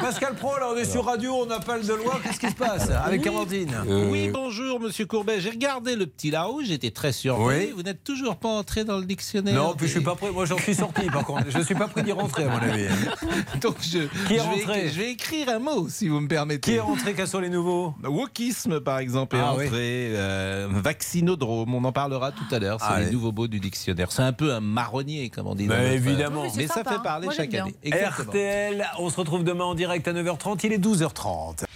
Pascal Pro, là, on est sur radio, on appelle de loin. Qu'est-ce qui se passe avec Amandine Euh, Oui, bonjour, monsieur Courbet. J'ai regardé le petit là-haut, j'étais très surpris. Oui. Vous n'êtes toujours pas entré dans le dictionnaire. Non, puis je suis des- pas prêt. Moi, j'en suis sorti, par contre. Je suis pas prêt d'y rentrer, à mon avis. Donc, je, est je rentré vais, je vais écrire un mot, si vous me permettez. Qui est rentré Quels sont les nouveaux Wokisme, par exemple, est Ah, rentré. euh, vaccinodrome, on en parlera tout à l'heure. C'est Ah, les oui. nouveaux mots du dictionnaire. C'est un peu un marronnier, comme on dit. dans Mais notre- euh, évidemment. Oui, Mais C'est ça sympa, hein. fait parler moi, j'aime chaque bien. année. Exactement. RTL, on se retrouve demain en direct à 9h30. Il est 12h30.